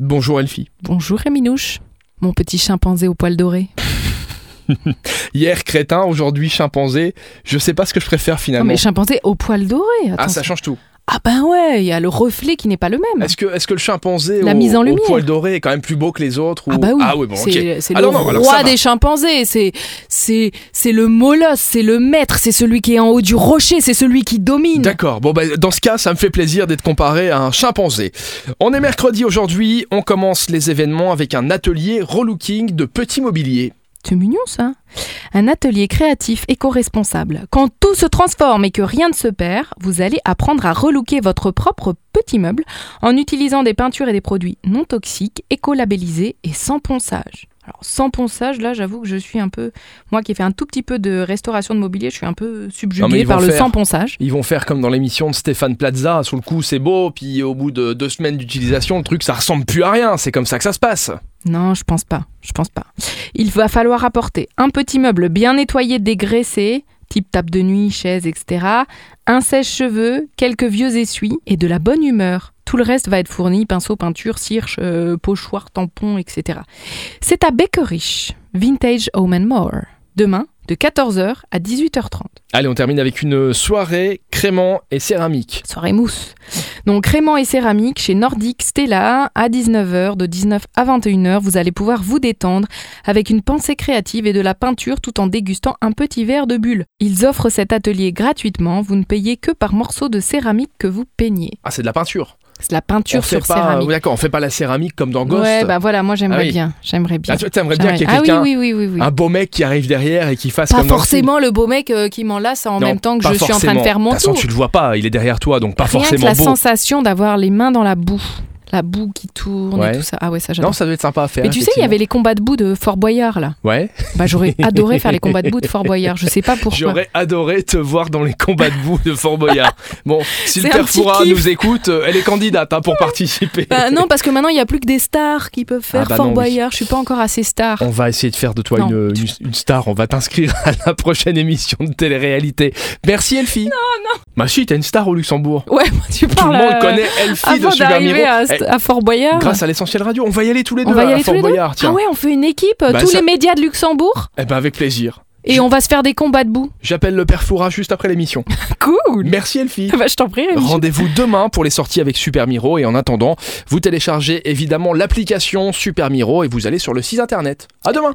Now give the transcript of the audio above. Bonjour Elfie. Bonjour Réminouche, mon petit chimpanzé au poil doré. Hier crétin, aujourd'hui chimpanzé. Je sais pas ce que je préfère Non finalement. Oh, mais chimpanzé au poil doré. ah, attention. ça change tout. Ah ben ouais, il y a le reflet qui n'est pas le même. Est-ce que, est-ce que le chimpanzé La au, mise en au lumière. poil doré est quand même plus beau que les autres ou- Ah bah oui, Ah oui, bon, ok. c'est c'est Ah le non, non, alors ça roi va. des chimpanzés, c'est c'est c'est le molosse, c'est le maître, c'est celui qui est en haut du rocher, c'est celui qui domine. D'accord. Bon, bah, dans ce cas, ça me fait plaisir d'être comparé à un chimpanzé. On est mercredi aujourd'hui. On commence les événements avec un atelier relooking de petits mobilier. C'est mignon ça. Un atelier créatif éco-responsable. Quand tout se transforme et que rien ne se perd, vous allez apprendre à relooker votre propre petit meuble en utilisant des peintures et des produits non toxiques, éco-labellisés et sans ponçage. Alors sans ponçage, là j'avoue que je suis un peu... Moi qui ai fait un tout petit peu de restauration de mobilier, je suis un peu Non, Ah, mais subjuguée ils vont par le faire. sans ponçage. Ils vont faire comme dans l'émission de Stéphane Plaza. Sous le coup, c'est beau. Puis au bout de deux semaines d'utilisation, le truc, ça ressemble plus à rien. C'est comme ça que ça se passe. Non, je pense pas. Je pense pas. Il va falloir apporter un petit meuble bien nettoyé, dégraissé, type table de nuit, chaise, etc. Un sèche-cheveux, quelques vieux essuies et de la bonne humeur. Tout le reste va être fourni pinceau, peinture, cirche, euh, pochoir, tampon, etc. C'est à Beckerich, Vintage Home and More. Demain, de 14h à 18h30. Allez, on termine avec une soirée crément et céramique. Soirée mousse. Donc crément et céramique chez Nordic Stella à 19h, de 19 à 21h, vous allez pouvoir vous détendre avec une pensée créative et de la peinture tout en dégustant un petit verre de bulle. Ils offrent cet atelier gratuitement, vous ne payez que par morceau de céramique que vous peignez. Ah, c'est de la peinture. C'est la on peinture fait sur pas, céramique. oui, d'accord, on fait pas la céramique comme dans Ghost. ouais, bah voilà, moi j'aimerais Ah oui. bien, j'aimerais bien. Ah, tu t'aimerais bien J'aimerais- qu'il y ait Ah oui, quelqu'un, oui, oui, oui, oui. un beau mec qui arrive derrière et qui fasse Pas comme dans le film. forcément le beau mec euh, qui m'enlace en Non, même temps que pas je suis en train de forcément. faire mon toute façon, tour. tu le vois pas, il est derrière toi, donc pas Rien que forcément la beau. sensation d'avoir les mains dans la boue, la boue qui tourne Ouais. et tout ça. Ah ouais, ça Non, j'adore. ça doit être sympa à faire. Mais tu sais, il y avait les combats de boue de Fort Boyard là. effectivement. Ouais. Bah j'aurais adoré faire les combats de boue de Fort Boyard. Je sais pas pourquoi. J'aurais adoré te voir dans les combats de boue de Fort Boyard. bon, si le C'est un père petit Foura kiff. nous écoute, euh, elle est candidate hein, pour participer. Bah, non, parce que maintenant il y a plus que des stars qui peuvent faire Ah bah Fort non, oui. Boyard. Je suis pas encore assez star. On va essayer de faire de toi Non. une, une- une star. On va t'inscrire à la prochaine émission de télé-réalité. Merci Elfie. Non, non. Bah si, t'es une star au Luxembourg. Ouais, tu Tout parles. le monde euh, connaît Elfie de Avant Super Miro. d'arriver à, Eh, à Fort Boyard. grâce à l'essentiel radio, on va y aller tous les deux On va y à aller Fort tous les deux Boyard. Tiens. ah ouais, on fait une équipe, Bah, tous ça- les médias de Luxembourg, Eh ben avec plaisir. et Je- on va se faire des combats de boue. J'appelle le père Foura juste après l'émission. Ah Cool. Merci Elfie. Bah, je t'en prie. Rémi. Rendez-vous demain pour les sorties avec Super Miro et en attendant, vous téléchargez évidemment l'application Super Miro et vous allez sur le site internet. À demain.